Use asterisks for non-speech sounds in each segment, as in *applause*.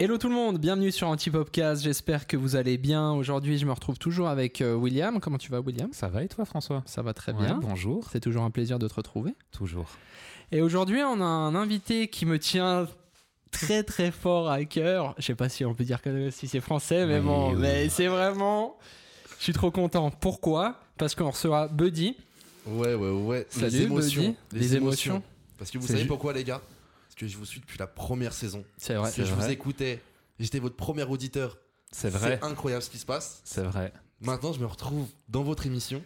Hello tout le monde, bienvenue sur Antipopcast, j'espère que vous allez bien. Aujourd'hui je me retrouve toujours avec euh, William. Comment tu vas William Ça va et toi François Ça va très Ouais, bien. Bonjour. C'est toujours un plaisir de te retrouver. Toujours. Et aujourd'hui on a un invité qui me tient très très fort à cœur. Je sais pas si on peut dire que si c'est français, mais Oui, bon, oui. mais c'est vraiment... Je suis trop content. Pourquoi Parce qu'on recevra Buddy. Ouais, ouais, ouais. Salut, les émotions. Buddy. Les émotions. Parce que vous C'est savez ju- pourquoi, les gars Parce que je vous suis depuis la première saison. C'est Parce que je vous écoutais. J'étais votre premier auditeur. C'est vrai. incroyable ce qui se passe. C'est vrai. Maintenant, je me retrouve dans votre émission.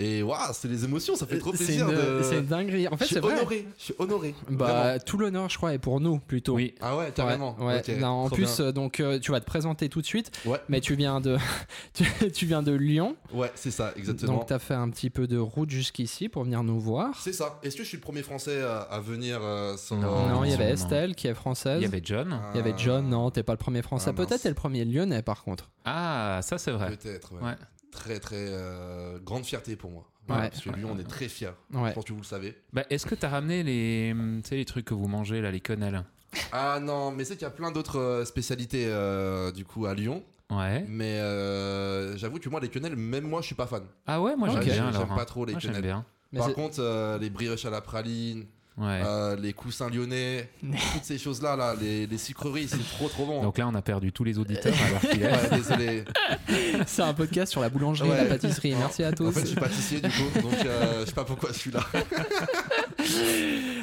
Et waouh, c'est les émotions. Ça fait trop C'est plaisir. une, euh, de... c'est une dinguerie. En fait c'est je suis vrai. honoré. Je suis honoré. Bah Vraiment. tout l'honneur je crois est pour nous plutôt. Oui. Ah ouais, carrément. Ouais, ouais. Ok, Non, en trop plus, euh, donc euh, tu vas te présenter tout de suite. bien. Ouais, Mais tu viens de, *laughs* tu, tu viens de Lyon, ouais, c'est ça, exactement. donc t'as fait un petit peu de route jusqu'ici pour venir nous voir. C'est ça. Est-ce que je suis le premier français à, à venir euh, sans. Non. non, il y avait non. Estelle qui est française. Il y avait John. Ah, Il y avait John, non, t'es pas le premier français. Ah, mince. Peut-être t'es le premier lyonnais par contre. Ah, ça c'est vrai. Peut-être, ouais. Ouais. Très, très euh, grande fierté pour moi. Ouais. Parce que lui, on est très fiers. Ouais. Je pense que vous le savez. Bah, est-ce que t'as ramené les, hum, tu sais, les trucs que vous mangez là, les quenelles Ah non, mais c'est qu'il y a plein d'autres euh, spécialités euh, du coup à Lyon. Ouais. Mais euh, j'avoue que moi, les quenelles, même moi, je suis pas fan. Ah ouais, moi Ok. j'aime Ouais, bien j'aime alors. hein. pas trop les Moi, j'aime quenelles. bien. Mais Par c'est- contre, euh, les brioches à la praline, Ouais. euh, les *laughs* coussins lyonnais, toutes ces choses-là, là, les, les sucreries, c'est trop trop bon. Donc là, on a perdu tous les *laughs* auditeurs alors qu'il est. Ouais, désolé. *laughs* c'est un podcast sur la boulangerie, et Ouais. la pâtisserie. Merci à En tous. fait, je suis pâtissier du coup, donc euh, je sais pas pourquoi je suis là.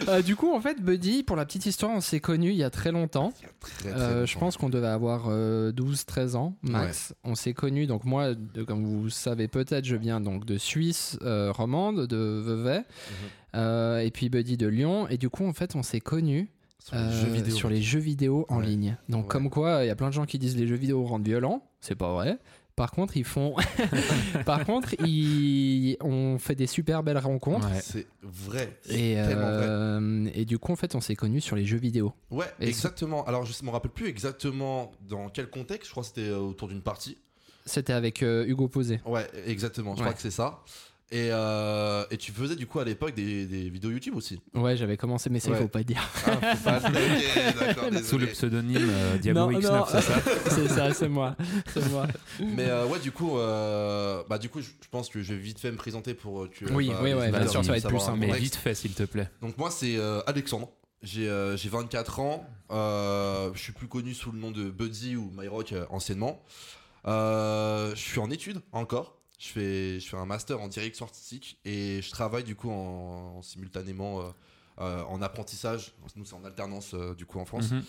Euh, du coup, en fait, Buddy, pour la petite histoire, on s'est connus il y a très longtemps. Il y a très, très Euh, je longtemps. pense qu'on devait avoir 12-13 ans max. On s'est connus, donc moi, de- comme vous savez peut-être, je viens donc de Suisse euh, romande, de Vevey, Mhm. euh, et puis Buddy de Lyon. Et du coup, en fait, on s'est connus Sur les euh, jeux vidéo. sur les jeux vidéo en Ouais. ligne. Donc Ouais. comme quoi, il y a plein de gens qui disent les jeux vidéo rendent violents. C'est pas vrai. Par contre, ils font. *laughs* Par contre, ils ont fait des super belles rencontres. Ouais. C'est vrai. c'est Et, tellement vrai. euh, et du coup, en fait, on s'est connus sur les jeux vidéo. Ouais, Et exactement. Alors, je me rappelle plus exactement dans quel contexte. Je crois que c'était euh, autour d'une partie. C'était avec euh, Hugo Posé. Ouais, exactement. Je Ouais. crois que c'est ça. Et, euh, et tu faisais du coup à l'époque des, des vidéos YouTube aussi. Ouais, j'avais commencé, mais ça, il Ouais. faut pas dire. Ah, faut pas- ok, d'accord, Sous le désolé. pseudonyme *laughs* euh, Diablo Non, X9, non. c'est ça *laughs* c'est ça, c'est moi. C'est moi. Mais euh, ouais, du coup, euh, bah du coup, je je pense que je vais vite fait me présenter pour euh, que. Oui, bah, oui, les ouais, bien auditeurs sûr, ça va puissent être plus avoir un simple. Mais contexte. vite fait, s'il te plaît. Donc moi, c'est euh, Alexandre. J'ai euh, j'ai 24 ans. Euh, je suis plus connu sous le nom de Buddy ou MyRock euh, anciennement. Euh, je suis en études encore. Je fais, je fais un master en direction artistique et je travaille du coup en, en simultanément euh, euh, en apprentissage. Nous, c'est en alternance euh, du coup en France. Mhm.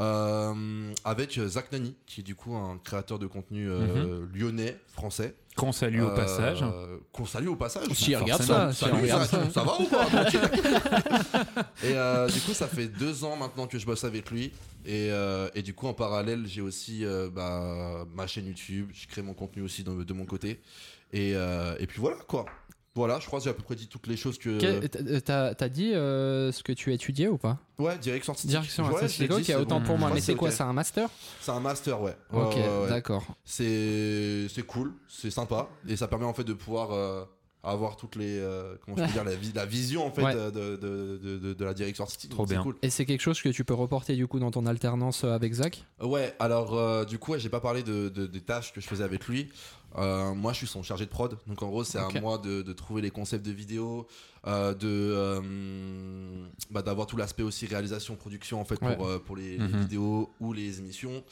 Euh, avec euh, Zach Nani, qui est du coup un créateur de contenu euh, lyonnais, français. Qu'on salue Mhm. au Euh, passage. Qu'on salue au passage. Si, regarde ça. Forcément. Si, Salut, regarde ça, ça. ça va ou pas tranquille Et euh, du coup, ça fait deux ans maintenant que je bosse avec lui. Et, euh, et du coup, en parallèle, j'ai aussi euh, bah, ma chaîne YouTube. Je crée mon contenu aussi de, de mon côté. Et, euh, et puis voilà quoi. Voilà, je crois que j'ai à peu près dit toutes les choses que. Que- t'as- T'as t'as dit euh, ce que tu étudiais ou pas Ouais, direction artistique. Direction Ouais, je l'ai artistique. dit, Ok, c'est autant bon. pour moi. Ouais, Mais c'est quoi ok. C'est un master C'est un master, ouais. Ouais, Ok, ouais, ouais. d'accord. C'est c'est cool, c'est sympa et ça permet en fait de pouvoir euh, avoir toutes les euh, comment je peux dire la, vi- la vision en fait Ouais. euh, de, de, de- de- de la direction artistique. Trop donc c'est bien. cool. Et c'est quelque chose que tu peux reporter du coup dans ton alternance euh, avec Zach Ouais, alors euh, du coup, ouais, j'ai pas parlé de, de- des tâches que je faisais avec lui. Euh, moi, je suis son chargé de prod, donc en gros, c'est Ok. à moi de, de trouver les concepts de vidéos, euh, de euh, bah, d'avoir tout l'aspect aussi réalisation, production en fait Ouais. pour euh, pour les, les Mhm. vidéos ou les émissions.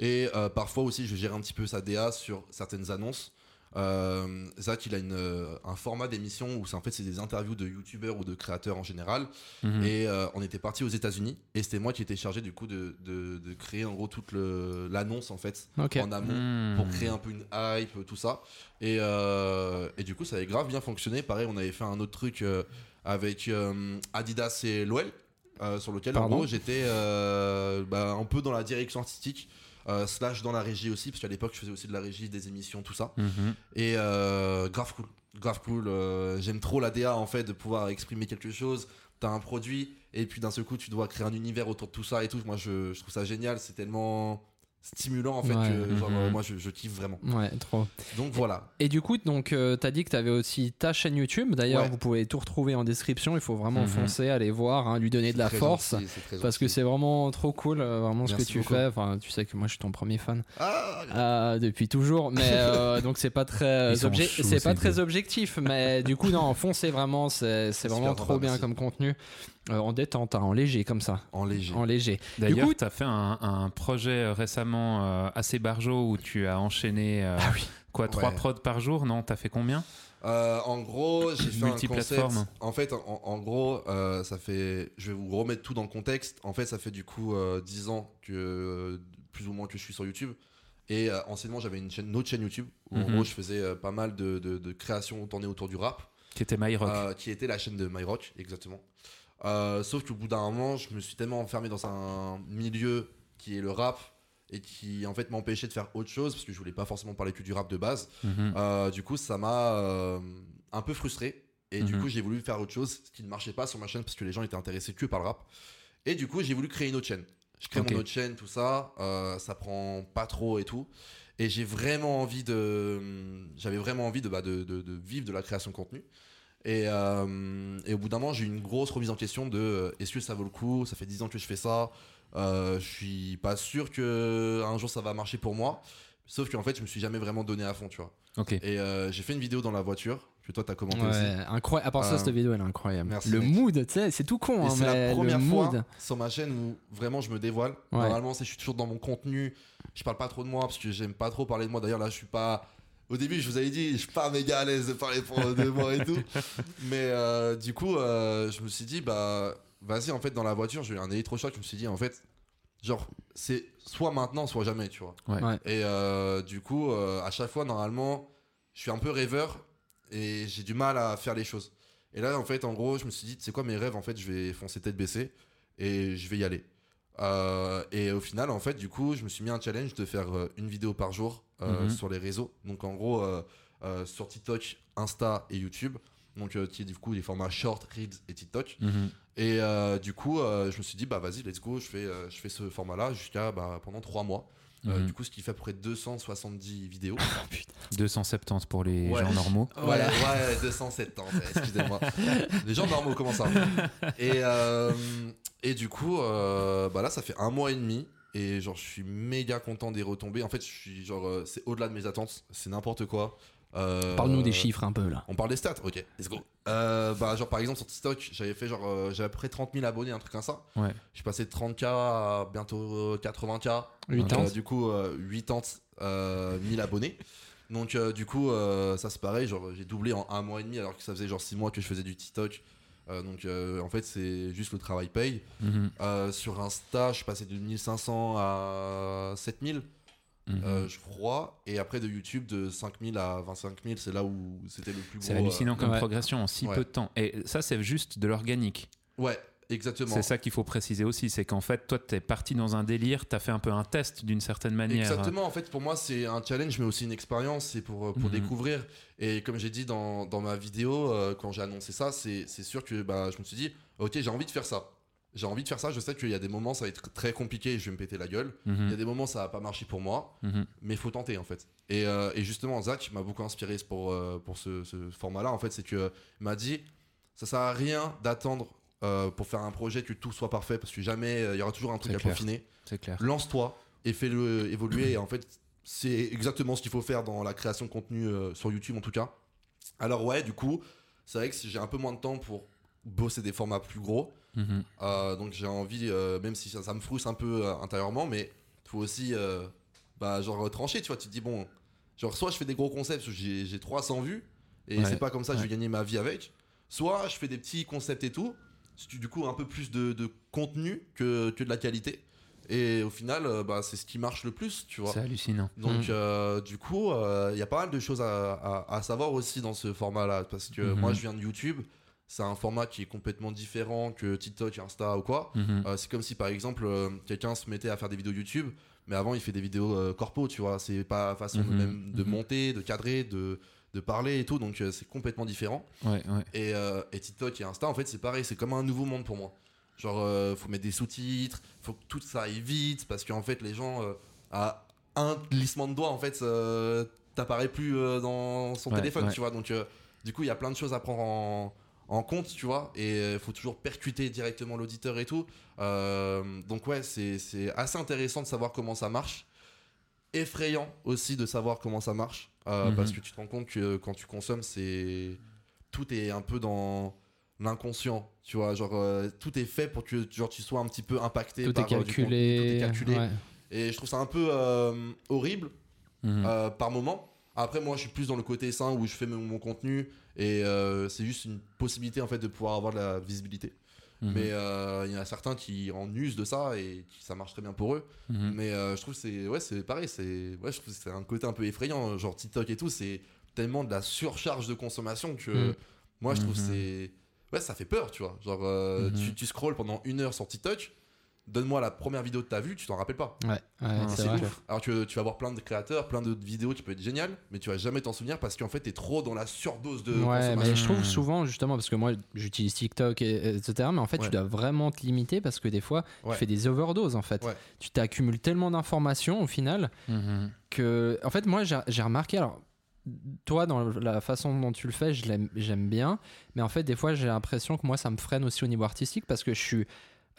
Et euh, parfois aussi, je gère un petit peu sa DA sur certaines annonces. Euh, Zach, il a une, euh, un format d'émission où c'est en fait c'est des interviews de youtubeurs ou de créateurs en général. Mm. Mhm. Et euh, on était parti aux États-Unis et c'était moi qui étais chargé du coup de, de- de créer en gros toute le- l'annonce en fait Ok. Mm. en amont Mhm. euh, pour créer un peu une hype, tout ça. Et, euh, et du coup, ça avait grave bien fonctionné. Pareil, on avait fait un autre truc euh, avec euh, Adidas et l'OL euh, sur lequel Pardon en gros j'étais euh, bah, un peu dans la direction artistique. euh, slash dans la régie aussi parce qu'à l'époque je faisais aussi de la régie des émissions tout ça Mhm. et euh, grave cool, grave cool. euh, J'aime trop la DA en fait de pouvoir exprimer quelque chose. T'as un produit et puis d'un seul coup tu dois créer un univers autour de tout ça et tout. Moi je, je trouve ça génial. C'est tellement stimulant en fait. Ouais. que, genre, Mhm. euh, moi, je, je kiffe vraiment. Ouais, trop. Donc voilà. Et du coup, donc, euh, t'as dit que t'avais aussi ta chaîne YouTube. D'ailleurs, Ouais. vous pouvez tout retrouver en description. Il faut vraiment Mhm. foncer, aller voir, hein, lui donner de la C'est très force. gentil, c'est très Parce que gentil. c'est vraiment trop cool, euh, vraiment ce que Merci tu beaucoup. fais. Enfin, tu sais que moi, je suis ton premier fan Ah, euh, depuis toujours, *laughs* mais euh, donc c'est pas très Ils sont obje- choux, c'est ces pas deux. très objectif. Mais du coup, non, foncez vraiment. *laughs* C'est c'est Super vraiment trop sympa, bien merci. comme contenu Euh, en détente, hein, en léger comme ça, en léger. en léger. D'ailleurs, coup- tu as fait un, un projet euh, récemment euh, assez barjo où tu as enchaîné euh, quoi trois Ah Ouais. prods par jour, non T'as fait combien Euh, en gros, j'ai fait un concept. Multiplateforme. En fait, en, en gros, euh, ça fait. Je vais vous remettre tout dans le contexte. En fait, ça fait du coup euh, 10 ans que euh, plus ou moins que je suis sur YouTube. Et euh, anciennement, j'avais une chaîne, une autre chaîne YouTube où en Mhm. gros, je faisais euh, pas mal de, de, de créations tournées autour du rap, Qui était My Rock. euh, qui était la chaîne de MyRock, exactement. Euh, sauf qu'au bout d'un moment, je me suis tellement enfermé dans un milieu qui est le rap et qui en fait m'empêchait de faire autre chose parce que je voulais pas forcément parler que du rap de base. Mhm. Euh, du coup, ça m'a euh, un peu frustré. Et du Mhm. coup, j'ai voulu faire autre chose, ce qui ne marchait pas sur ma chaîne parce que les gens étaient intéressés que par le rap. Et du coup, j'ai voulu créer une autre chaîne. Je crée Ok. mon autre chaîne, tout ça. euh, ça prend pas trop et tout. Et j'ai vraiment envie de. J'avais vraiment envie de, bah, de, de- de vivre de la création de contenu. Et, euh, et au bout d'un moment, j'ai eu une grosse remise en question de euh, est-ce que ça vaut le coup Ça fait 10 ans que je fais ça. Euh, je suis pas sûr que un jour ça va marcher pour moi. Sauf qu'en fait, je me suis jamais vraiment donné à fond, tu vois. Ok. Et euh, j'ai fait une vidéo dans la voiture que toi t'as commenté aussi. Ouais, incroyable. À part ça, Euh, cette vidéo, elle est incroyable. merci, le mec. mood, tu sais, c'est tout con, Et hein, c'est mais la le première fois mood. sur ma chaîne où vraiment je me dévoile. Normalement, c'est je suis toujours dans mon contenu. Je parle pas trop de moi parce que j'aime pas trop parler de moi. D'ailleurs, là, je suis pas. Au début, je vous avais dit, je suis pas méga à l'aise de parler pour- de moi et tout. Mais euh, du coup, euh, je me suis dit, bah, vas-y, en fait, dans la voiture, j'ai eu un électrochoc. Je me suis dit, en fait, genre, c'est soit maintenant, soit jamais, tu vois. Ouais. Ouais. Et euh, du coup, euh, à chaque fois, normalement, je suis un peu rêveur et j'ai du mal à faire les choses. Et là, en fait, en gros, je me suis dit, c'est quoi mes rêves En fait, je vais foncer tête baissée et je vais y aller. Euh, et au final, en fait, du coup, je me suis mis un challenge de faire euh, une vidéo par jour euh, Mhm. sur les réseaux. Donc, en gros, euh, euh, sur TikTok, Insta et YouTube. Donc, euh, qui est du coup les formats short, reels et TikTok. Mhm. Et euh, du coup, euh, je me suis dit, bah vas-y, let's go, je fais, euh, je fais ce format-là jusqu'à bah, pendant trois mois. Euh, Mhm. du coup, ce qui fait à peu près 270 vidéos. 270 pour les Ouais. gens normaux. Voilà. *laughs* Ouais, ouais, 270 ans, excusez-moi. Les gens normaux, comment ça *laughs* et, euh, et du coup, euh, bah là, ça fait un mois et demi. Et genre, je suis méga content des retombées. En fait, je suis genre, euh, c'est au-delà de mes attentes. C'est n'importe quoi. Euh, Parle-nous des chiffres un peu là. On parle des stats, ok, let's go. Euh, bah, genre, par exemple, sur TikTok, j'avais fait genre, euh, j'avais à peu près 30 000 abonnés, un truc comme ça. Ouais. Je suis passé de 30K à bientôt euh, 80K. Huit Donc, ans. euh, du coup, euh, 80 euh, 1000 abonnés. Donc, euh, du coup, euh, ça se pareil. Genre, j'ai doublé en un mois et demi, alors que ça faisait genre 6 mois que je faisais du TikTok. Euh, donc, euh, en fait, c'est juste le travail paye. Mhm. Euh, sur Insta, je suis passé de 1500 à 7000, Mhm. euh, je crois. Et après, de YouTube, de 5000 à 25 000, c'est là où c'était le plus gros. C'est euh, hallucinant comme ouais. progression en si Ouais. peu de temps. Et ça, c'est juste de l'organique. Ouais, exactement. C'est ça qu'il faut préciser aussi, c'est qu'en fait, toi, t'es parti dans un délire, t'as fait un peu un test d'une certaine manière. Exactement, en fait, pour moi, c'est un challenge, mais aussi une expérience, c'est pour, euh, pour Mhm. découvrir. Et comme j'ai dit dans, dans ma vidéo, euh, quand j'ai annoncé ça, c'est c'est sûr que bah, je me suis dit, ok, j'ai envie de faire ça. J'ai envie de faire ça, je sais qu'il y a des moments, ça va être très compliqué et je vais me péter la gueule. Mhm, Il y a des moments, ça va pas marcher pour moi, mhm. mais faut tenter, en fait. Et, euh, et justement, Zach m'a beaucoup inspiré pour, euh, pour ce, ce format-là, en fait, c'est que euh, il m'a dit, ça sert à rien d'attendre euh, pour faire un projet que tout soit parfait, parce que jamais, euh, il y aura toujours un truc C'est à clair. peaufiner C'est clair. lance-toi et fais-le évoluer. Et en fait, c'est exactement ce qu'il faut faire dans la création de contenu euh, sur YouTube, en tout cas. Alors, ouais, du coup, c'est vrai que j'ai un peu moins de temps pour bosser des formats plus gros. Mhm. Euh, donc, j'ai envie, euh, même si ça, ça me frustre un peu euh, intérieurement, mais faut aussi, euh, bah, genre, trancher, tu vois. Tu te dis, bon, genre, soit je fais des gros concepts, où j'ai j'ai 300 vues, et Ouais, c'est pas comme ça que je ouais. vais gagner ma vie avec. Soit je fais des petits concepts et tout, c'est du coup un peu plus de, de contenu que, que de la qualité. Et au final, euh, bah, c'est ce qui marche le plus, tu vois. C'est hallucinant. Donc, Mm. euh, du coup, il y a pas mal de choses à, à- à savoir aussi dans ce format-là. Parce que Mhm. moi, je viens de YouTube. C'est un format qui est complètement différent que TikTok, Insta ou quoi. Mhm. Euh, c'est comme si, par exemple, euh, quelqu'un se mettait à faire des vidéos YouTube, mais avant, il fait des vidéos euh, corpo, tu vois. C'est pas façon de, Mhm. même de Mhm. monter, de cadrer, de, de parler et tout. Donc, euh, c'est complètement différent. Ouais, ouais. Et, euh, et TikTok et Insta, en fait, c'est pareil, c'est comme un nouveau monde pour moi. Genre, euh, faut mettre des sous-titres, faut que tout ça aille vite, parce qu'en fait, les gens, euh, à un glissement de doigt, en fait, euh, t'apparais plus euh, dans son Ouais, téléphone, ouais. tu vois. Donc, euh, du coup, il y a plein de choses à prendre en, en compte, tu vois. Et il faut toujours percuter directement l'auditeur et tout. Euh, donc, ouais, c'est c'est assez intéressant de savoir comment ça marche. Effrayant aussi de savoir comment ça marche. euh, Mhm. Parce que tu te rends compte que euh, quand tu consommes, c'est. Tout est un peu dans l'inconscient, tu vois. Genre, euh, tout est fait pour que genre, tu sois un petit peu impacté Tout par est euh, du contenu, calculé. tout est calculé. ouais. Et je trouve ça un peu euh, horrible Mm. Mhm. euh, par moment. Après, moi, je suis plus dans le côté sain où je fais mon, mon contenu et euh, c'est juste une possibilité en fait de pouvoir avoir de la visibilité. Mhm. Mais euh, il y en a certains qui en usent de ça et qui- ça marche très bien pour eux. Mhm. Mais euh, je trouve que c'est ouais, c'est pareil, c'est ouais, je trouve que c'est un côté un peu effrayant, genre TikTok et tout, c'est tellement de la surcharge de consommation que Mm. moi je trouve Mhm. que c'est ouais, ça fait peur, tu vois. Genre euh, Mhm. tu, tu scrolles pendant une heure sur TikTok, donne-moi la première vidéo de ta vue, tu t'en rappelles pas. Ouais, ouais, c'est Ah, C'est vrai. ouf. Alors que tu vas voir plein de créateurs, plein de vidéos qui peuvent être géniales, mais tu vas jamais t'en souvenir parce qu'en fait t'es trop dans la surdose de Ouais, mais consommation. je trouve souvent, justement, parce que moi j'utilise TikTok, et, et- etc., mais en fait Ouais. tu dois vraiment te limiter parce que des fois Ouais. tu fais des overdoses en fait. Ouais. Tu t'accumules tellement d'informations au final Mhm. que. En fait, moi j'ai j'ai remarqué, alors toi dans la façon dont tu le fais, je l'aime- j'aime bien, mais en fait des fois j'ai l'impression que moi ça me freine aussi au niveau artistique parce que je suis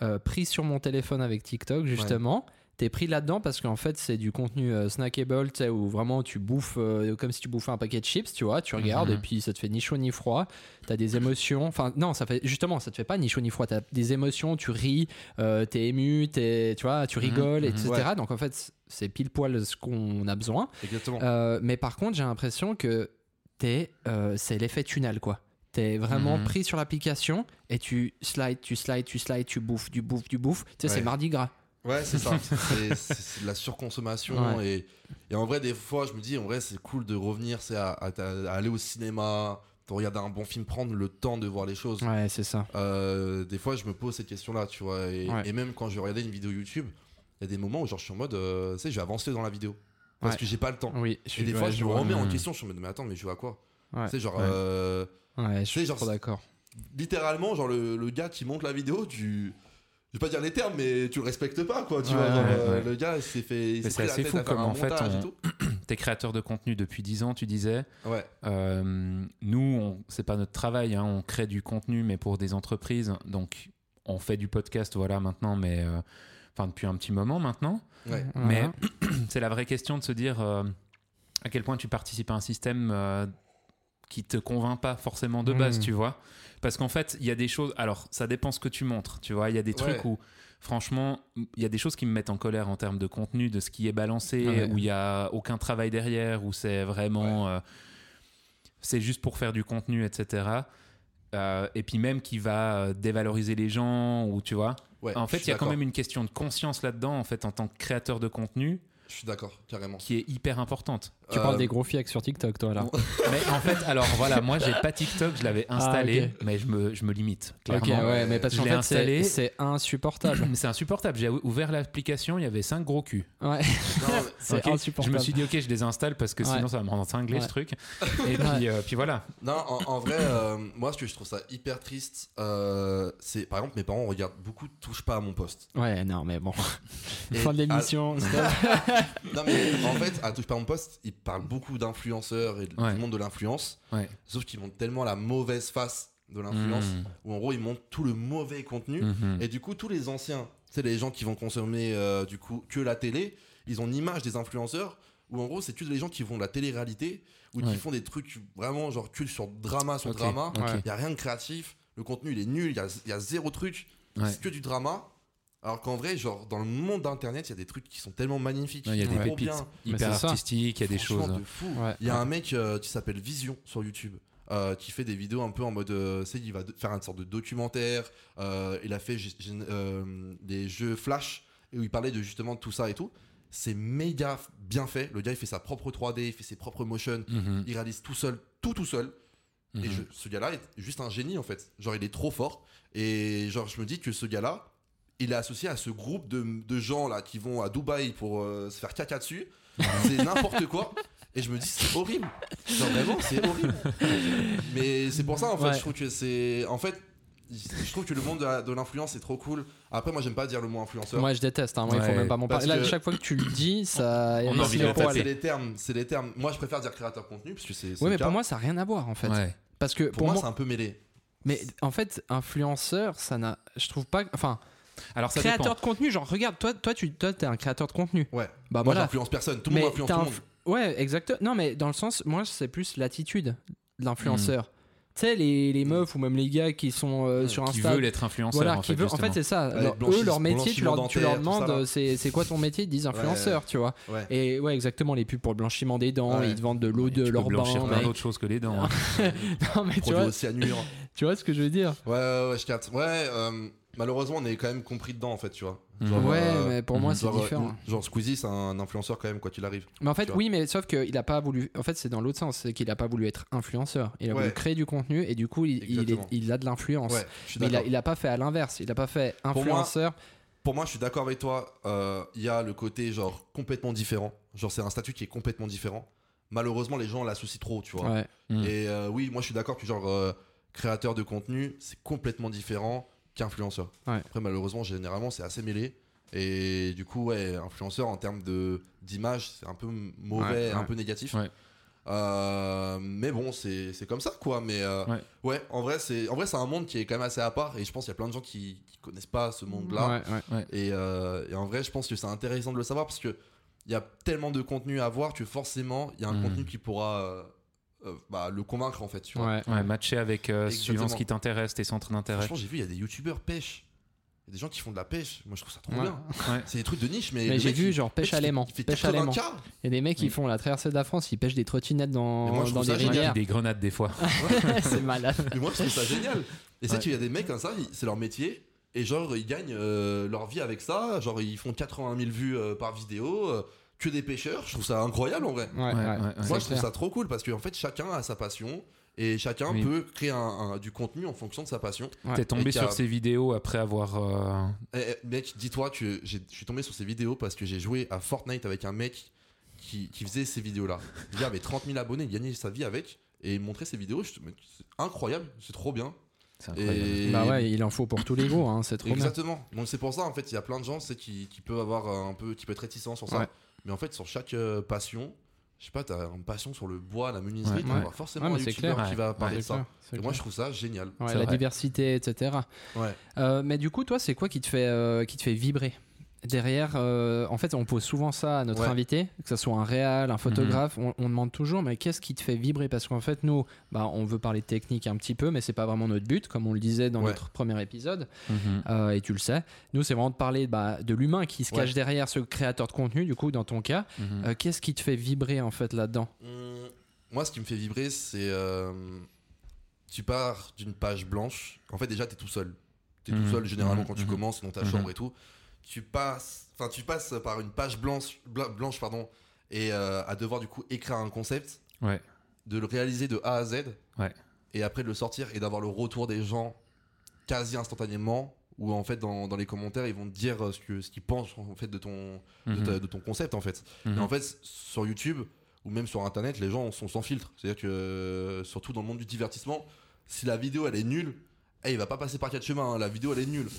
euh, pris sur mon téléphone avec TikTok justement. T'es pris là-dedans parce qu'en fait c'est du contenu euh, snackable, tu sais, où vraiment tu bouffes euh, comme si tu bouffais un paquet de chips, tu vois, tu regardes Mhm. et puis ça te fait ni chaud ni froid, t'as des émotions, enfin non, ça fait justement ça te fait pas ni chaud ni froid, t'as des émotions, tu ris, euh, t'es ému, t'es, tu vois, tu Mhm, rigoles, mhm. etc. Donc en fait c'est pile poil ce qu'on a besoin. Exactement. Euh, mais par contre, j'ai l'impression que t'es, euh, c'est l'effet tunnel, quoi. T'es vraiment Mhm. pris sur l'application et tu slides, tu slides, tu slides, tu bouffes, tu bouffes, tu bouffes. Tu sais, c'est Ouais. mardi gras. Ouais, c'est *laughs* ça. C'est- c'est c'est de la surconsommation. Et, et en vrai, des fois, je me dis, en vrai, c'est cool de revenir, c'est à, à ta- à aller au cinéma, de regarder un bon film, prendre le temps de voir les choses. Ouais, c'est ça. Euh, des fois, je me pose cette question-là, tu vois. Et, Ouais. et même quand je vais regarder une vidéo YouTube, il y a des moments où genre, je suis en mode, euh, tu sais, je vais avancer dans la vidéo. Parce Ouais. que j'ai pas le temps. Oui, je Et des fois, ouais, je me vois. Mm. remets en Mhm. question, je suis en mode, mais attends, mais je vois à quoi Ouais. Tu sais, genre, Ouais. euh, Ouais, je suis genre- trop d'accord. littéralement, genre, le, le gars qui monte la vidéo, tu. Je vais pas dire les termes, mais tu le respectes pas, quoi. Tu Ouais, vois, genre, ouais, euh, ouais. le gars, il s'est fait. il Mais s'est c'est pris la assez tête fou à faire comme, un en fait, montage et on- tout. T'es créateur de contenu depuis 10 ans, tu disais. Ouais. Euh, nous, on- c'est pas notre travail, hein, on crée du contenu, mais pour des entreprises. Donc, on fait du podcast, voilà, maintenant, mais euh, enfin depuis un petit moment maintenant. Ouais. Mais Voilà. c'est la vraie question de se dire euh, à quel point tu participes à un système euh, qui te convainc pas forcément de Mmh. base, Mm. tu vois. Parce qu'en fait, il y a des choses. Alors, ça dépend ce que tu montres, tu vois. Il y a des trucs Ouais. où, franchement, il y a des choses qui me mettent en colère en termes de contenu, de ce qui est balancé, Ah ouais. où il y a aucun travail derrière, où c'est vraiment. euh, c'est juste pour faire du contenu, etc. Euh, et puis même qui va euh, dévaloriser les gens, ou tu vois. Ouais, en fait, je il suis y a quand d'accord. même une question de conscience là-dedans, en fait, en tant que créateur de contenu Je suis d'accord, carrément. qui est hyper importante. Tu Euh, parles des gros fiecs sur TikTok, toi, là. Non. Mais en fait, alors voilà, moi j'ai pas TikTok, je l'avais installé, mais je me, je me limite, Ah, Ok, clairement. ouais, mais parce Je qu'en l'ai fait, c'est- installé. c'est insupportable. C'est insupportable. J'ai ouvert l'application, il y avait 5 gros culs. *coughs* ouais, Non, mais- c'est Ok, Je insupportable. me suis dit, ok, je les installe parce que Ouais. sinon ça va me rendre cinglé Ouais. *laughs* ce truc. Et puis, euh, puis voilà. non, en, en vrai, euh, moi, ce que je trouve ça hyper triste, euh, c'est par exemple, mes parents regardent beaucoup Touche pas à mon poste. *laughs* Ouais, non, mais bon. Et *laughs* fin de à- l'émission. stop. *laughs* non, mais en fait, à Touche pas à mon poste, ils parlent beaucoup d'influenceurs et Ouais. du monde de l'influence, Ouais. sauf qu'ils montrent tellement la mauvaise face de l'influence, Mhm. où en gros, ils montrent tout le mauvais contenu. Mhm. Et du coup, tous les anciens, c'est les gens qui vont consommer euh, du coup que la télé, ils ont une image des influenceurs où en gros, c'est tous les gens qui font de la télé-réalité ou Ouais. qui font des trucs vraiment genre cul sur drama sur Ok, drama. Il ok. y a rien de créatif, le contenu il est nul, il y a, y a zéro truc, Ouais. c'est que du drama. Alors qu'en vrai, genre dans le monde d'internet, il y a des trucs qui sont tellement magnifiques, Non, Il y a qui des sont trop pépites bien. Mais hyper c'est ça. artistiques, il y a des Franchement, choses. de fou. Ouais. Il y a un mec euh, qui s'appelle Vision sur YouTube. euh, qui fait des vidéos un peu en mode, euh, tu sais, il va de- faire une sorte de documentaire. euh, il a fait ju- ju- euh, des jeux Flash où il parlait de justement de tout ça et tout. C'est méga f- bien fait. Le gars, il fait sa propre 3D, il fait ses propres motions. Mhm. Il réalise tout seul, tout tout seul. Mhm. Et je- ce gars-là est juste un génie en fait. Genre, il est trop fort. Et genre, je me dis que ce gars-là, il est associé à ce groupe de, de gens là qui vont à Dubaï pour euh, se faire caca dessus. c'est n'importe quoi. Et je me dis, c'est horrible. Genre, vraiment, c'est horrible. Mais c'est pour ça en fait, Ouais. je trouve que c'est. En fait, je trouve que le monde de, la- de l'influence est trop cool. Après, moi, j'aime pas dire le mot influenceur. Moi, je déteste. hein. Moi, il faut Ouais. même pas m'en Parce parler. Là, que- chaque fois que tu le *coughs* dis, ça. On a hérisse envie les de le poils. taper. c'est les termes, c'est les termes. Moi, je préfère dire créateur contenu parce que c'est. c'est Oui, le mais cas. pour moi, ça n'a rien à voir en fait. Ouais. Parce que pour, pour moi, moi, c'est un peu mêlé. mais en fait, influenceur, ça n'a. Je trouve pas. Enfin, Alors ça créateur dépend. de contenu, genre, regarde, toi, toi, tu, toi, t'es un créateur de contenu. Ouais. Bah moi, voilà. j'influence personne. Tout le Mais monde influence tout t'as le un monde. Ouais, exactement. Non, mais dans le sens, moi, c'est plus l'attitude de l'influenceur. Hmm. Tu sais, les, les meufs ou même les gars qui sont euh, sur Qui Insta. veut l'être influenceur voilà, en qui fait. veut. En fait, justement. c'est ça. Ouais, Leur- eux, blanchis- leur métier, tu leur, tu leur blanchiment dentaire, demandes tout ça, là. euh, c'est c'est quoi ton métier Ils disent influenceur, tu vois. Ouais. Et ouais, exactement, les pubs pour le blanchiment des dents, Ouais. ils te vendent de l'eau Et de tu peux leur bain. blanchir plein mec. d'autres choses que les dents. hein. *laughs* Non, mais tu Produit vois, océanure. tu vois ce que je veux dire *laughs* Ouais, ouais, ouais, je capte. Ouais, euh, malheureusement, on est quand même compris dedans, en fait, tu vois. Genre, Ouais, euh, mais pour moi, Ah, c'est genre, euh, différent. genre Squeezie, c'est un influenceur quand même, quoi qu'il arrive. Mais en fait, Tu vois. oui, mais sauf qu'il a pas voulu. En fait, c'est dans l'autre sens, c'est qu'il a pas voulu être influenceur. Il a Ouais. voulu créer du contenu et du coup, il, il est- Exactement. il a de l'influence. Ouais, je suis mais il a, d'accord. il a pas fait à l'inverse. Il a pas fait moi- influenceur. Pour moi, je suis d'accord avec toi. euh, Il y a le côté, genre, complètement différent. Genre, c'est un statut qui est complètement différent. Malheureusement, les gens l'associent trop, tu vois. Ouais. Mm. Et euh, oui, moi, je suis d'accord que, genre, euh, créateur de contenu, c'est complètement différent qu'influenceur. Ouais. Après, malheureusement, généralement, c'est assez mêlé. Et du coup, ouais, influenceur en termes de- d'image, c'est un peu mauvais, Ouais, un ouais. peu négatif. Ouais. Euh, mais bon, c'est c'est comme ça, quoi. Mais euh, ouais. Ouais. en vrai, c'est en vrai, c'est un monde qui est quand même assez à part. Et je pense qu'il y a plein de gens qui, qui connaissent pas ce monde-là. Ouais, ouais. Et, euh, et en vrai, je pense que c'est intéressant de le savoir parce que il y a tellement de contenu à voir que forcément, il y a un Hmm. Mm. contenu qui pourra euh, euh, bah, le convaincre en fait. Tu vois. Ouais. Ouais, matcher avec euh, Exactement. suivant ce qui t'intéresse, tes centres d'intérêt. Franchement, j'ai vu, il y a des youtubeurs pêche. Il y a des gens qui font de la pêche. Moi, je trouve ça trop Ouais. bien. Ouais. C'est des trucs de niche, mais. Mais le j'ai mec, vu il- genre le mec, pêche il à fait- l'aimant. Il fait Pêche à l'aimant. 80K. Il y a des mecs qui Oui. font la traversée de la France, ils pêchent des trottinettes Mais moi, dans, je dans trouve des ça génial. rivières. Des grenades des fois. *laughs* *laughs* c'est malade. Et moi, je *laughs* trouve ça génial. Et c'est Ouais. qu'il y a des mecs comme ça, ils- c'est leur métier. Et genre, ils gagnent euh, leur vie avec ça. Genre, ils font 80 000 vues euh, par vidéo. euh, que des pêcheurs. Je trouve ça incroyable en vrai. Ouais, ouais. Ouais, ouais, ouais. Moi, C'est je trouve clair. ça trop cool parce qu'en fait, chacun a sa passion et chacun Oui. peut créer un- un- du contenu en fonction de sa passion. Ouais. T'es tombé Et euh, qu'il y a- sur ces vidéos après avoir. euh, Eh, eh, mec, dis-toi que j'ai- je suis tombé sur ces vidéos parce que j'ai joué à Fortnite avec un mec qui, qui faisait ces vidéos-là. Il avait 30 000 abonnés, il gagnait sa vie avec et il montrait ses vidéos. Je- mais C'est incroyable, c'est trop bien. C'est incroyable. Et Bah ouais, il en faut pour tous les goûts, hein, c'est trop bien. Exactement. Donc c'est pour ça en fait, il y a plein de gens c'est qui, qui peuvent avoir un peu qui peut être réticents sur ça. Ouais. Mais en fait, sur chaque euh, passion, je sais pas, t'as une passion sur le bois, la menuiserie, Ouais, t'en ouais. vas forcément Ouais, mais un c'est youtubeur clair. qui Ouais, va ouais. parler de C'est ça. clair, c'est Et moi, clair. je trouve ça génial. Ouais, C'est la vrai. diversité, etc. Ouais. Euh, mais du coup, toi, c'est quoi qui te fait, euh, qui te fait vibrer Derrière, euh, en fait, on pose souvent ça à notre Ouais. invité, que ce soit un réal, Mhm. un photographe, on, on demande toujours, mais qu'est-ce qui te fait vibrer Parce qu'en fait, nous, bah, on veut parler de technique un petit peu, mais c'est pas vraiment notre but, comme on le disait dans Ouais. notre premier épisode, Mhm. euh, et tu le sais. Nous, c'est vraiment de parler bah, de l'humain qui se Ouais. cache derrière ce créateur de contenu, du coup, dans ton cas. Mhm. Euh, qu'est-ce qui te fait vibrer, en fait, là-dedans Hum, Moi, ce qui me fait vibrer, c'est euh, tu pars d'une page blanche. En fait, déjà, t'es tout seul. T'es tout Mhm. seul généralement Mhm. quand tu Mhm. commences dans ta Mhm. chambre et tout. Tu passes, enfin, tu passes par une page blanche, bla- blanche pardon, et euh, à devoir du coup écrire un concept, Ouais. de le réaliser de A à Z, Ouais. et après de le sortir et d'avoir le retour des gens quasi instantanément. Ou en fait, dans, dans les commentaires, ils vont te dire euh, ce que ce qu'ils pensent en fait de ton de, Mhm. ta- de ton concept en fait. Mhm. Et en fait, sur YouTube ou même sur Internet, les gens sont sans filtre. C'est-à-dire que euh, surtout dans le monde du divertissement, si la vidéo elle est nulle, eh, il va pas passer par quatre chemins. hein, la vidéo elle *laughs* est nulle.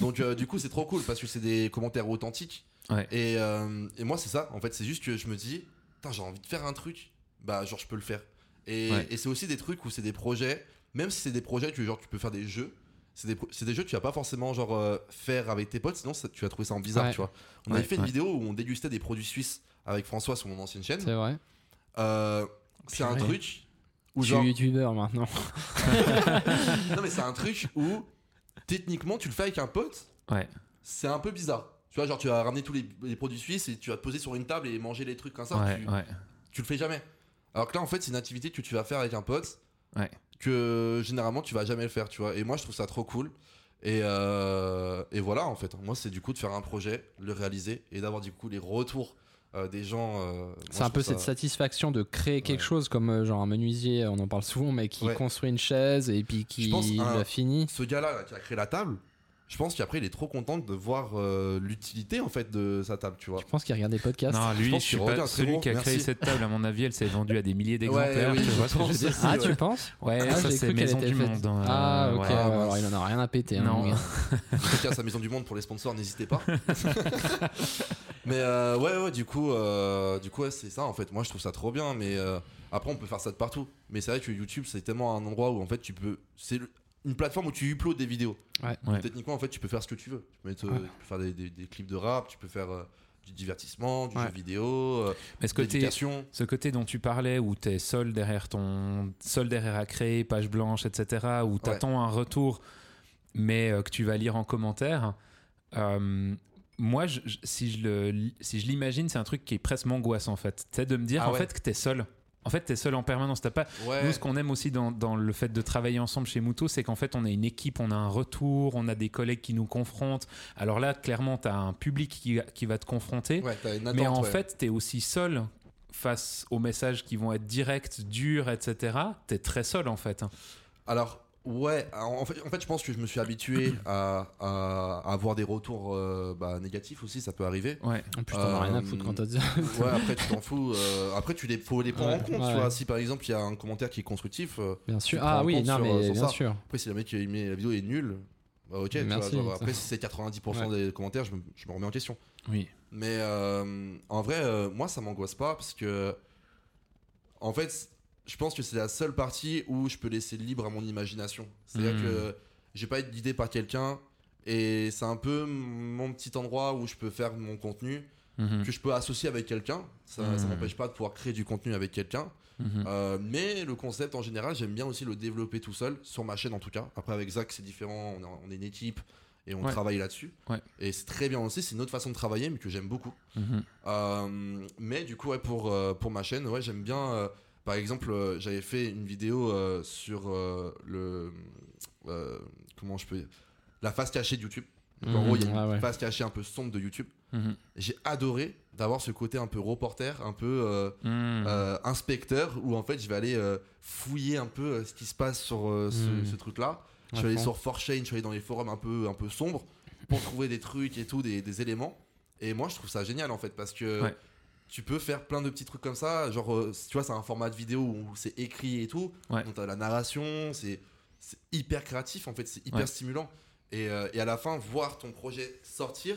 Donc euh, du coup, c'est trop cool parce que c'est des commentaires authentiques. Ouais. Et, euh, et moi, c'est ça. En fait, c'est juste que je me dis, putain, j'ai envie de faire un truc. Bah, genre, je peux le faire. Et, Ouais. et c'est aussi des trucs où c'est des projets. Même si c'est des projets, tu, genre, tu peux faire des jeux. C'est des, pro- c'est des jeux que tu vas pas forcément genre euh, faire avec tes potes, sinon ça- tu vas trouver ça en bizarre, Ouais. tu vois. On Ouais, avait fait une ouais. vidéo où on dégustait des produits suisses avec François sur mon ancienne chaîne. C'est vrai. Euh, c'est un Purée. truc où Je suis genre. youtubeur maintenant. non mais c'est un truc où techniquement tu le fais avec un pote. Ouais. C'est un peu bizarre. Tu vois, genre tu vas ramener tous les, les produits suisses et tu vas te poser sur une table et manger les trucs comme ça. Ouais, tu, ouais. tu le fais jamais. Alors que là en fait c'est une activité que tu vas faire avec un pote. Ouais. Que généralement tu vas jamais le faire, tu vois. Et moi je trouve ça trop cool. Et, euh, et voilà en fait. Moi c'est du coup de faire un projet, le réaliser et d'avoir du coup les retours euh, des gens. euh, moi, je C'est un peu trouve cette ça- satisfaction de créer quelque Ouais. chose comme euh, genre un menuisier, on en parle souvent, mais qui Ouais. construit une chaise et puis qui Je pense à un- l'a fini. Ce gars-là là, qui a créé la table, je pense qu'après il est trop content de voir euh, l'utilité en fait de sa table, *laughs* tu vois. Je pense qu'il regarde des podcasts. Non, Je lui, je pense suis qu'il pas revient, c'est celui bon, qui a créé merci. cette table. À mon avis, elle s'est vendue à des milliers d'exemplaires. oui, tu je vois ce que je veux pense dire aussi, ah, ouais. tu penses *laughs* Ouais, Ah, ça j'ai c'est cru qu'elle Maison était du faite. Monde. hein, Ah, euh, ok. ouais. ouais, alors, il en a rien à péter. hein, Non. mon gars. podcast à Maison du Monde pour les sponsors, *laughs* n'hésitez pas. mais euh, ouais, ouais, du coup, euh, du coup, ouais, c'est ça en fait. Moi, je trouve ça trop bien, mais euh, après, on peut faire ça de partout. Mais c'est vrai que YouTube, c'est tellement un endroit où en fait, tu peux, c'est le- une plateforme où tu uploads des vidéos. Ouais. Ouais. Techniquement, en fait, tu peux faire ce que tu veux. Tu peux, mettre, euh, Ouais. tu peux faire des, des- des clips de rap, tu peux faire euh, du divertissement, du Ouais. jeu vidéo, euh, Mais ce de côté, l'éducation. ce côté dont tu parlais, où t'es seul derrière ton, seul derrière à créer, page blanche, etc., où t'attends un retour, mais euh, que tu vas lire en commentaire. euh, moi, je- je- si je le, li- si je l'imagine, c'est un truc qui est presque m'angoisse en fait. C'est de me dire Ah en ouais. fait que t'es seul. En fait, t'es seul en permanence. T'as pas, Ouais. Nous, ce qu'on aime aussi dans, dans le fait de travailler ensemble chez Muto, c'est qu'en fait, on a une équipe, on a un retour, on a des collègues qui nous confrontent. Alors là, clairement, tu as un public qui, qui va te confronter. Ouais, t'as une attente, mais en ouais. fait, tu es aussi seul face aux messages qui vont être directs, durs, etc. Tu es très seul, en fait. Alors, ouais, en en fait, en fait, je pense que je me suis habitué à, à- à avoir des retours euh, bah, négatifs aussi, ça peut *laughs* arriver. Ouais. En plus, t'en as Euh, rien à foutre quand t'as dit. Ouais, après, tu t'en fous. euh, après, tu les, faut les prendre Ouais, en compte, ouais. tu vois. Si par exemple, il y a un commentaire qui est constructif, euh, Bien sûr. Tu prends Ah en oui, compte non, sur, mais euh, sur bien ça. sûr. après, si la, mec qui a aimé la vidéo est nulle, bah, ok, tu vois, Merci, genre, putain. après, si c'est 90% des commentaires, je me, je me remets en question. Oui. Mais euh, en vrai, euh, moi, ça m'angoisse pas parce que, en fait, je pense que c'est la seule partie où je peux laisser libre à mon imagination. C'est-à-dire Hmm. que j'ai pas été guidé par quelqu'un et c'est un peu mon petit endroit où je peux faire mon contenu Mhm. que je peux associer avec quelqu'un. Ça, Hmm. ça m'empêche pas de pouvoir créer du contenu avec quelqu'un. Mhm. Euh, mais le concept en général, j'aime bien aussi le développer tout seul, sur ma chaîne en tout cas. Après, avec Zach, c'est différent, on est, on est une équipe et on Ouais. travaille là-dessus. Ouais. Et c'est très bien aussi, c'est une autre façon de travailler, mais que j'aime beaucoup. Mhm. Euh, mais du coup, ouais, pour, euh, pour ma chaîne, ouais, j'aime bien. euh, par exemple, euh, j'avais fait une vidéo euh, sur euh, le. euh, comment je peux. La face cachée de YouTube. Donc, en Mhm, gros, il y a une ah ouais. face cachée un peu sombre de YouTube. Mhm. J'ai adoré d'avoir ce côté un peu reporter, un peu euh, Mhm. euh, inspecteur, où en fait je vais aller euh, fouiller un peu euh, ce qui se passe sur euh, ce, Mhm. ce truc-là. Je suis Ouais, allé bon. sur 4chan, je suis allé dans les forums un peu, un peu sombres pour trouver des trucs et tout, des, des éléments. Et moi, je trouve ça génial en fait parce que Ouais. tu peux faire plein de petits trucs comme ça. Genre, euh, tu vois, c'est un format de vidéo où c'est écrit et tout. Ouais. Donc, t'as la narration, c'est c'est hyper créatif en fait, c'est hyper Ouais. stimulant. Et, euh, et à la fin, voir ton projet sortir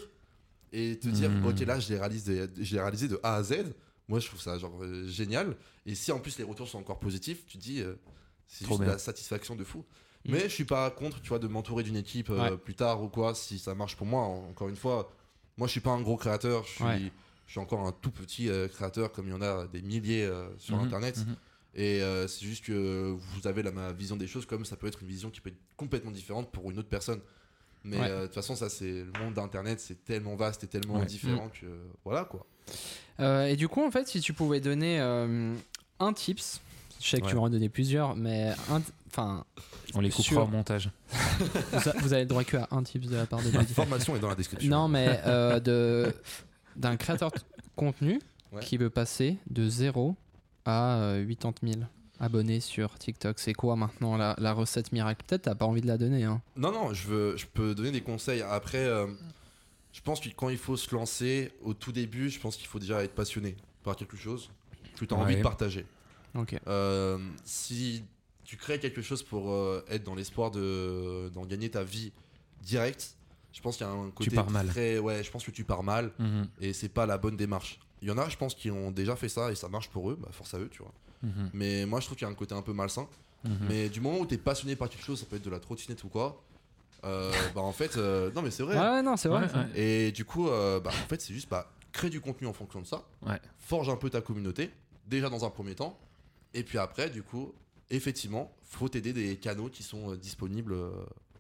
et te dire, Mhm. ok, là, je l'ai réalisé, de- je l'ai réalisé de A à Z. Moi, je trouve ça genre euh, génial. Et si en plus les retours sont encore positifs, tu te dis, euh, c'est Trop juste de bien. Hmm. la satisfaction de fou. Mm. Mais je suis pas contre, tu vois, de m'entourer d'une équipe euh, Ouais. plus tard ou quoi, si ça marche pour moi. En- Encore une fois, moi je suis pas un gros créateur, je suis, Ouais. je suis encore un tout petit euh, créateur comme il y en a des milliers euh, sur Mhm, Internet. mhm. Et euh, c'est juste que vous avez la ma vision des choses, comme ça peut être une vision qui peut être complètement différente pour une autre personne. Mais Ouais. euh, de toute façon, ça c'est le monde d'Internet, c'est tellement vaste et tellement Ouais. différent que voilà quoi. Euh, et du coup, en fait, si tu pouvais donner euh, un tips, je sais que tu Ouais. vas en donner plusieurs, mais un, enfin, On les coupera sur- au montage. vous, a- vous avez le droit que à un tips de la part de *laughs* *laughs* La Mehdi. formation est dans la description. Non, mais euh, de d'un créateur de contenu Ouais. qui veut passer de 0 à euh, 80 000 abonnés sur TikTok. C'est quoi maintenant la, la recette miracle Peut-être t'as pas envie de la donner. Hein. Non, non, je, veux, je peux donner des conseils. Après, euh, je pense que quand il faut se lancer, au tout début, je pense qu'il faut déjà être passionné par quelque chose que tu as Ouais. envie de partager. Ok. Euh, si tu crées quelque chose pour euh, être dans l'espoir de- d'en gagner ta vie direct, je pense qu'il y a un côté pars mal. très- Ouais, je pense que tu pars mal Mhm. et c'est pas la bonne démarche. Il y en a, je pense, qui ont déjà fait ça et ça marche pour eux, bah, force à eux, tu vois. Mhm. Mais moi, je trouve qu'il y a un côté un peu malsain. Mhm. Mais du moment où t'es passionné par quelque chose, ça peut être de la trottinette ou quoi, *laughs* euh, bah en fait, euh, non mais c'est vrai. hein. Ouais, ouais, non, c'est vrai. Ouais, ça. ouais. Et du coup, euh, bah en fait, c'est juste bah, crée du contenu en fonction de ça, Ouais. forge un peu ta communauté, déjà dans un premier temps, et puis après, du coup, effectivement, faut t'aider des canaux qui sont euh, disponibles euh,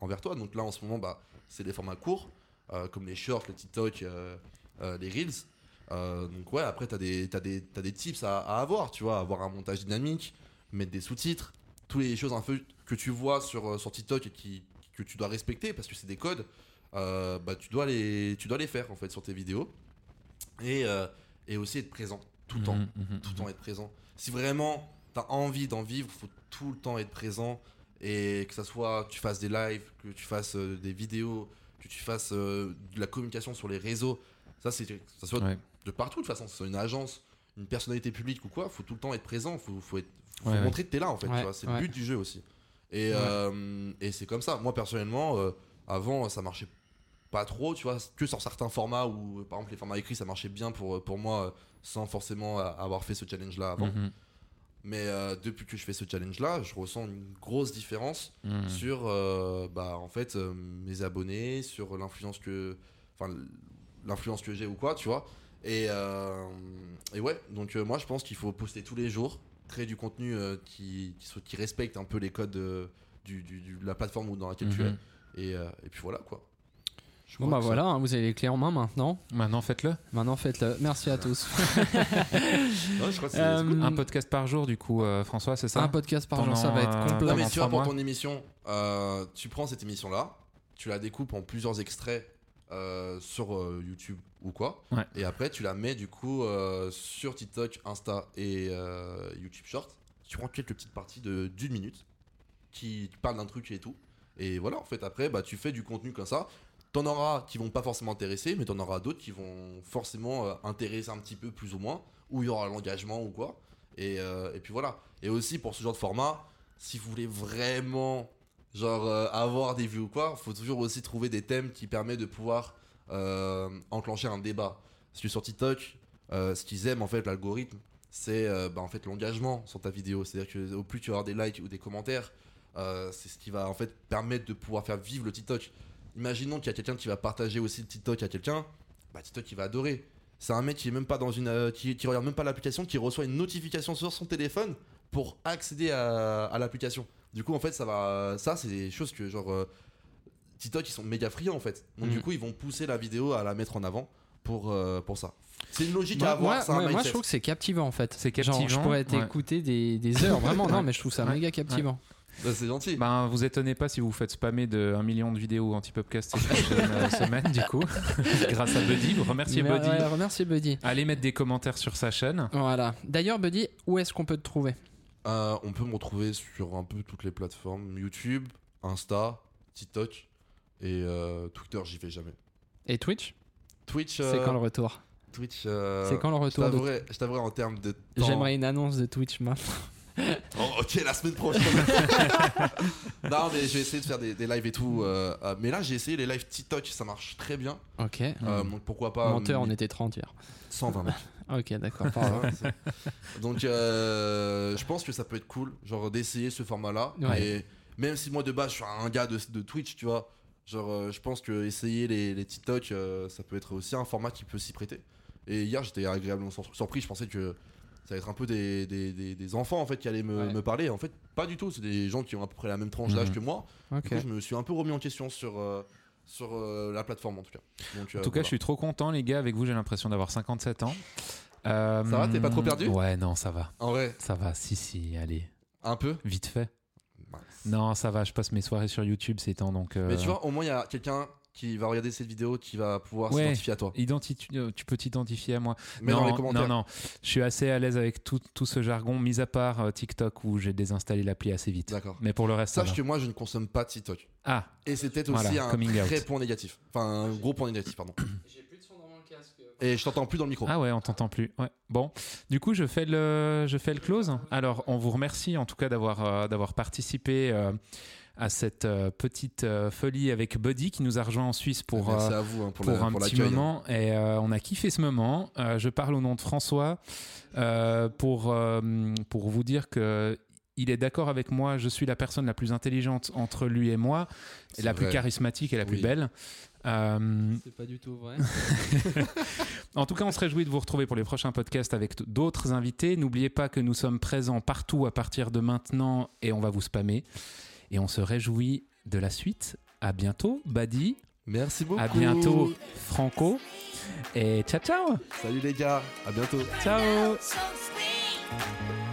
envers toi. Donc là, en ce moment, bah, c'est des formats courts, euh, comme les shorts, les TikTok, euh, euh, les Reels. Euh, donc ouais, après, t'as des, t'as des, t'as des tips à, à avoir, tu vois, avoir un montage dynamique, mettre des sous-titres, toutes les choses un peu que tu vois sur, euh, sur TikTok et qui, que tu dois respecter parce que c'est des codes, euh, bah, tu, dois les, tu dois les faire en fait sur tes vidéos. Et, euh, et aussi être présent tout le temps Mhm, mhm. tout le temps être présent. Si vraiment t'as envie d'en vivre, faut tout le temps être présent et que ça soit tu fasses des lives, que tu fasses euh, des vidéos, que tu fasses euh, de la communication sur les réseaux, ça c'est que ça soit Ouais. de partout de toute façon, que ce soit une agence, une personnalité publique ou quoi, faut tout le temps être présent, faut, faut, être, faut mhm. Ouais, ouais. montrer que t'es là en fait, tu Ouais, vois, c'est ouais. le but du jeu aussi. Et, Ouais. euh, et c'est comme ça. Moi personnellement, euh, avant ça marchait pas trop, tu vois, que sur certains formats où euh, par exemple les formats écrits ça marchait bien pour, pour moi euh, sans forcément euh, avoir fait ce challenge là avant. Mhm. Mais euh, depuis que je fais ce challenge là, je ressens une grosse différence Mhm. sur euh, bah, en fait euh, mes abonnés sur l'influence que enfin l'influence que j'ai ou quoi tu vois et, euh, et ouais donc euh, moi je pense qu'il faut poster tous les jours créer du contenu euh, qui, qui, soit- qui respecte un peu les codes euh, du, du- du- de la plateforme ou dans laquelle Mhm. tu es et, euh, et puis voilà quoi Je Bon crois bah que ça- voilà, hein, vous avez les clés en main maintenant. Maintenant, faites-le. Maintenant faites-le. Merci à tous. Ouais, je crois que c'est- c'est cool. Euh, Un podcast par jour, du coup, euh, François, c'est ça un podcast par jour, Pendant, ça va euh, être non complet. mais pendant tu vois trois pour mois. ton émission euh, tu prends cette émission là tu la découpes en plusieurs extraits euh, sur euh, YouTube ou quoi Ouais. et après tu la mets du coup euh, sur TikTok Insta et euh, YouTube Short tu prends quelques petites parties de d'une minute qui parlent d'un truc et tout et voilà en fait après bah tu fais du contenu comme ça T'en auras qui vont pas forcément intéresser, mais t'en auras d'autres qui vont forcément euh, intéresser un petit peu plus ou moins, où il y aura l'engagement ou quoi. Et, euh, et puis voilà. Et aussi pour ce genre de format, si vous voulez vraiment genre euh, avoir des vues ou quoi, faut toujours aussi trouver des thèmes qui permettent de pouvoir euh, enclencher un débat. Parce que sur TikTok, euh, ce qu'ils aiment en fait l'algorithme, c'est euh, bah, en fait l'engagement sur ta vidéo. C'est-à-dire que au plus tu vas avoir des likes ou des commentaires, euh, c'est ce qui va en fait permettre de pouvoir faire vivre le TikTok. Imaginons qu'il y a quelqu'un qui va partager aussi le TikTok à quelqu'un, bah TikTok il va adorer. C'est un mec qui est même pas dans une, euh, qui, qui regarde même pas l'application, qui reçoit une notification sur son téléphone pour accéder à, à l'application. Du coup, en fait, ça va, ça c'est des choses que genre euh, TikTok ils sont méga friands en fait. Donc Mm. du coup, ils vont pousser la vidéo à la mettre en avant pour euh, pour ça. C'est une logique Moi, à avoir, moi- c'est un moi, mindset. je trouve que c'est captivant en fait. C'est Genre, je captivant, pourrais t'écouter des, des heures, vraiment. Non, Ouais. mais je trouve ça *laughs* Ouais. méga captivant. Bah, c'est gentil. Ben, vous étonnez pas si vous vous faites spammer de 1 million de vidéos anti-popcast cette prochaine *laughs* euh, semaine, du coup, *laughs* grâce à Buddy. Vous remerciez Mais- Buddy. ouais, remercie Buddy. Allez mettre des commentaires sur sa chaîne. Voilà. D'ailleurs, Buddy, où est-ce qu'on peut te trouver Euh, on peut me retrouver sur un peu toutes les plateformes YouTube, Insta, TikTok et euh, Twitter. J'y vais jamais. Et Twitch Twitch. C'est euh, quand le retour Twitch. euh, C'est quand le je retour de... t'avouerai- Je t'avouerai en termes de temps. J'aimerais une annonce de Twitch maintenant. *laughs* Oh, ok, la semaine prochaine. non, mais je vais essayer de faire des, des lives et tout. euh, euh, mais là, j'ai essayé les lives TikTok, ça marche très bien. Ok. Euh, donc pourquoi pas. Hmm. Menteur, euh, on était 30 hier. 120 mecs. Ok, d'accord. *laughs* Enfin, voilà, c'est- donc euh, je pense que ça peut être cool, genre d'essayer ce format-là. Ouais. Et même si moi de base je suis un gars de, de Twitch, tu vois, genre euh, je pense que essayer les, les TikTok, euh, ça peut être aussi un format qui peut s'y prêter. Et hier j'étais agréablement sur- surpris, je pensais que ça allait être un peu des, des- des- des enfants en fait qui allaient me, Ouais. me parler. En fait, pas du tout, c'est des gens qui ont à peu près la même tranche d'âge Mhm. que moi. Du Ok. coup, je me suis un peu remis en question sur, euh, sur euh, la plateforme en tout cas. Donc, euh, En tout cas, je suis trop content, les gars. Avec vous, j'ai l'impression d'avoir 57 ans. Euh, Ça va, t'es pas trop perdu Ouais, non, ça va. En vrai, Ça va, si, si, allez, un peu. vite fait. Mince. Non, ça va, je passe mes soirées sur YouTube ces temps, donc... euh, Mais tu vois, au moins, il y a quelqu'un qui va regarder cette vidéo qui va pouvoir Ouais. s'identifier à toi. identitu- euh, tu peux t'identifier à moi. Mais non, dans les commentaires. non, non, je suis assez à l'aise avec tout, tout ce jargon, mis à part euh, TikTok où j'ai désinstallé l'appli assez vite. D'accord. Mais pour le reste, ça Sache va. que moi, je ne consomme pas TikTok. Ah, Et c'est peut-être Voilà, aussi un coming out. très point négatif. Enfin, un gros point négatif, pardon. J'ai plus de son dans mon casque. Et je t'entends plus dans le micro. Ah ouais, on t'entend plus. Ouais. Bon, du coup, je fais le, je fais le close. Alors, on vous remercie en tout cas d'avoir euh, d'avoir participé euh, à cette euh, petite euh, folie avec Buddy qui nous a rejoint en Suisse pour euh, Merci à vous hein, pour, pour, la- un pour petit l'accueil, hein. moment et euh, on a kiffé ce moment. Euh, je parle au nom de François euh, pour euh, pour vous dire que. Il est d'accord avec moi, je suis la personne la plus intelligente entre lui et moi, et C'est la plus vrai. charismatique et la plus Oui. belle. Euh, C'est pas du tout vrai. en tout cas, on se réjouit de vous retrouver pour les prochains podcasts avec t- d'autres invités. N'oubliez pas que nous sommes présents partout à partir de maintenant et on va vous spammer. Et on se réjouit de la suite. À bientôt, Badi. Merci beaucoup. À bientôt, Franco. Et ciao, ciao. Salut les gars. À bientôt. Ciao. So sweet.